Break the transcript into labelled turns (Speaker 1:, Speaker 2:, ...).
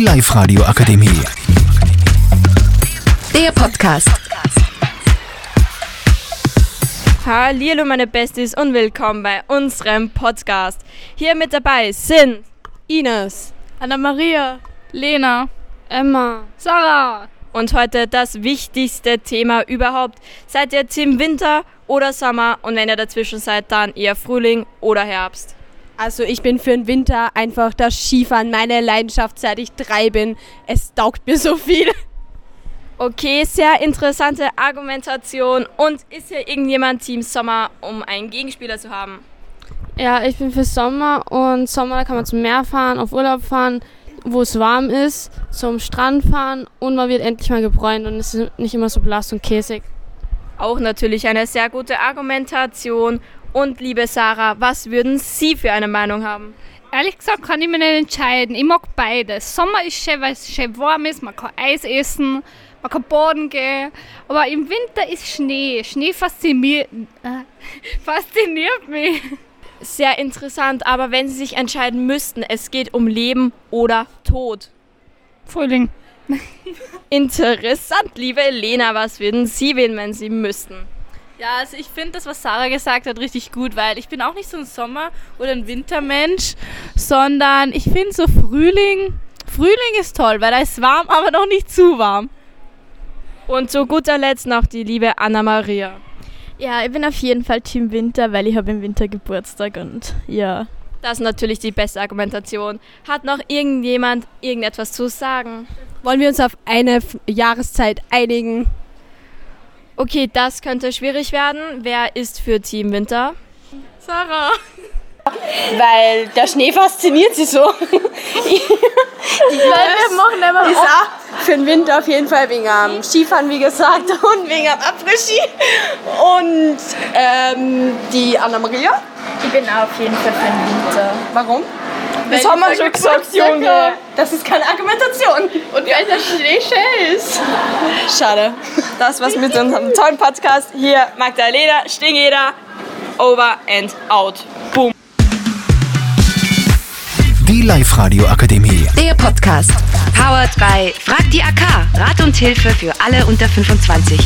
Speaker 1: Live Radio Akademie.
Speaker 2: Der Podcast.
Speaker 3: Hallo meine Besties und willkommen bei unserem Podcast. Hier mit dabei sind Ines,
Speaker 4: Anna-Maria, Lena,
Speaker 3: Emma
Speaker 4: Sarah.
Speaker 3: und heute das wichtigste Thema überhaupt. Seid ihr Team Winter oder Sommer und wenn ihr dazwischen seid, dann eher Frühling oder Herbst.
Speaker 5: Also ich bin für den Winter einfach das Skifahren meine Leidenschaft, seit ich drei bin. Es taugt mir so viel.
Speaker 3: Okay, sehr interessante Argumentation. Und ist hier irgendjemand Team Sommer, um einen Gegenspieler zu haben?
Speaker 6: Ja, ich bin für Sommer und Sommer, da kann man zum Meer fahren, auf Urlaub fahren, wo es warm ist, zum Strand fahren und man wird endlich mal gebräunt und es ist nicht immer so blass und käsig.
Speaker 3: Auch natürlich eine sehr gute Argumentation. Und liebe Sarah, was würden Sie für eine Meinung haben?
Speaker 4: Ehrlich gesagt kann ich mich nicht entscheiden. Ich mag beides. Sommer ist schön, weil es schön warm ist, man kann Eis essen, man kann baden gehen. Aber im Winter ist Schnee. Schnee fasziniert, äh, fasziniert mich.
Speaker 3: Sehr interessant, aber wenn Sie sich entscheiden müssten, es geht um Leben oder Tod.
Speaker 4: Frühling.
Speaker 3: Interessant, liebe Elena, was würden Sie wählen, wenn Sie müssten?
Speaker 7: Ja, also ich finde das, was Sarah gesagt hat, richtig gut, weil ich bin auch nicht so ein Sommer- oder ein Wintermensch, sondern ich finde so Frühling, Frühling ist toll, weil da ist warm, aber noch nicht zu warm.
Speaker 3: Und zu guter Letzt noch die liebe Anna-Maria.
Speaker 8: Ja, ich bin auf jeden Fall Team Winter, weil ich habe im Winter Geburtstag und ja.
Speaker 3: Das ist natürlich die beste Argumentation. Hat noch irgendjemand irgendetwas zu sagen?
Speaker 5: Wollen wir uns auf eine F- Jahreszeit einigen?
Speaker 3: Okay, das könnte schwierig werden. Wer ist für Team Winter?
Speaker 7: Sarah.
Speaker 5: Weil der Schnee fasziniert sie so. ich machen immer ich sag, für den Winter auf jeden Fall wegen am Skifahren, wie gesagt, und wegen am Après-Ski. Und ähm, die Anna-Maria.
Speaker 8: Ich bin auf jeden Fall für den Winter.
Speaker 5: Warum? Das haben wir schon gesagt, Junge. Das ist keine Argumentation. Und weil der Schnee schön ist. Schade.
Speaker 3: Das war's mit unserem tollen Podcast. Hier Magdalena, Stingeder, over and out.
Speaker 1: Die Live Radio Akademie.
Speaker 2: Der Podcast. Powered by Frag die AK. Rat und Hilfe für alle unter 25.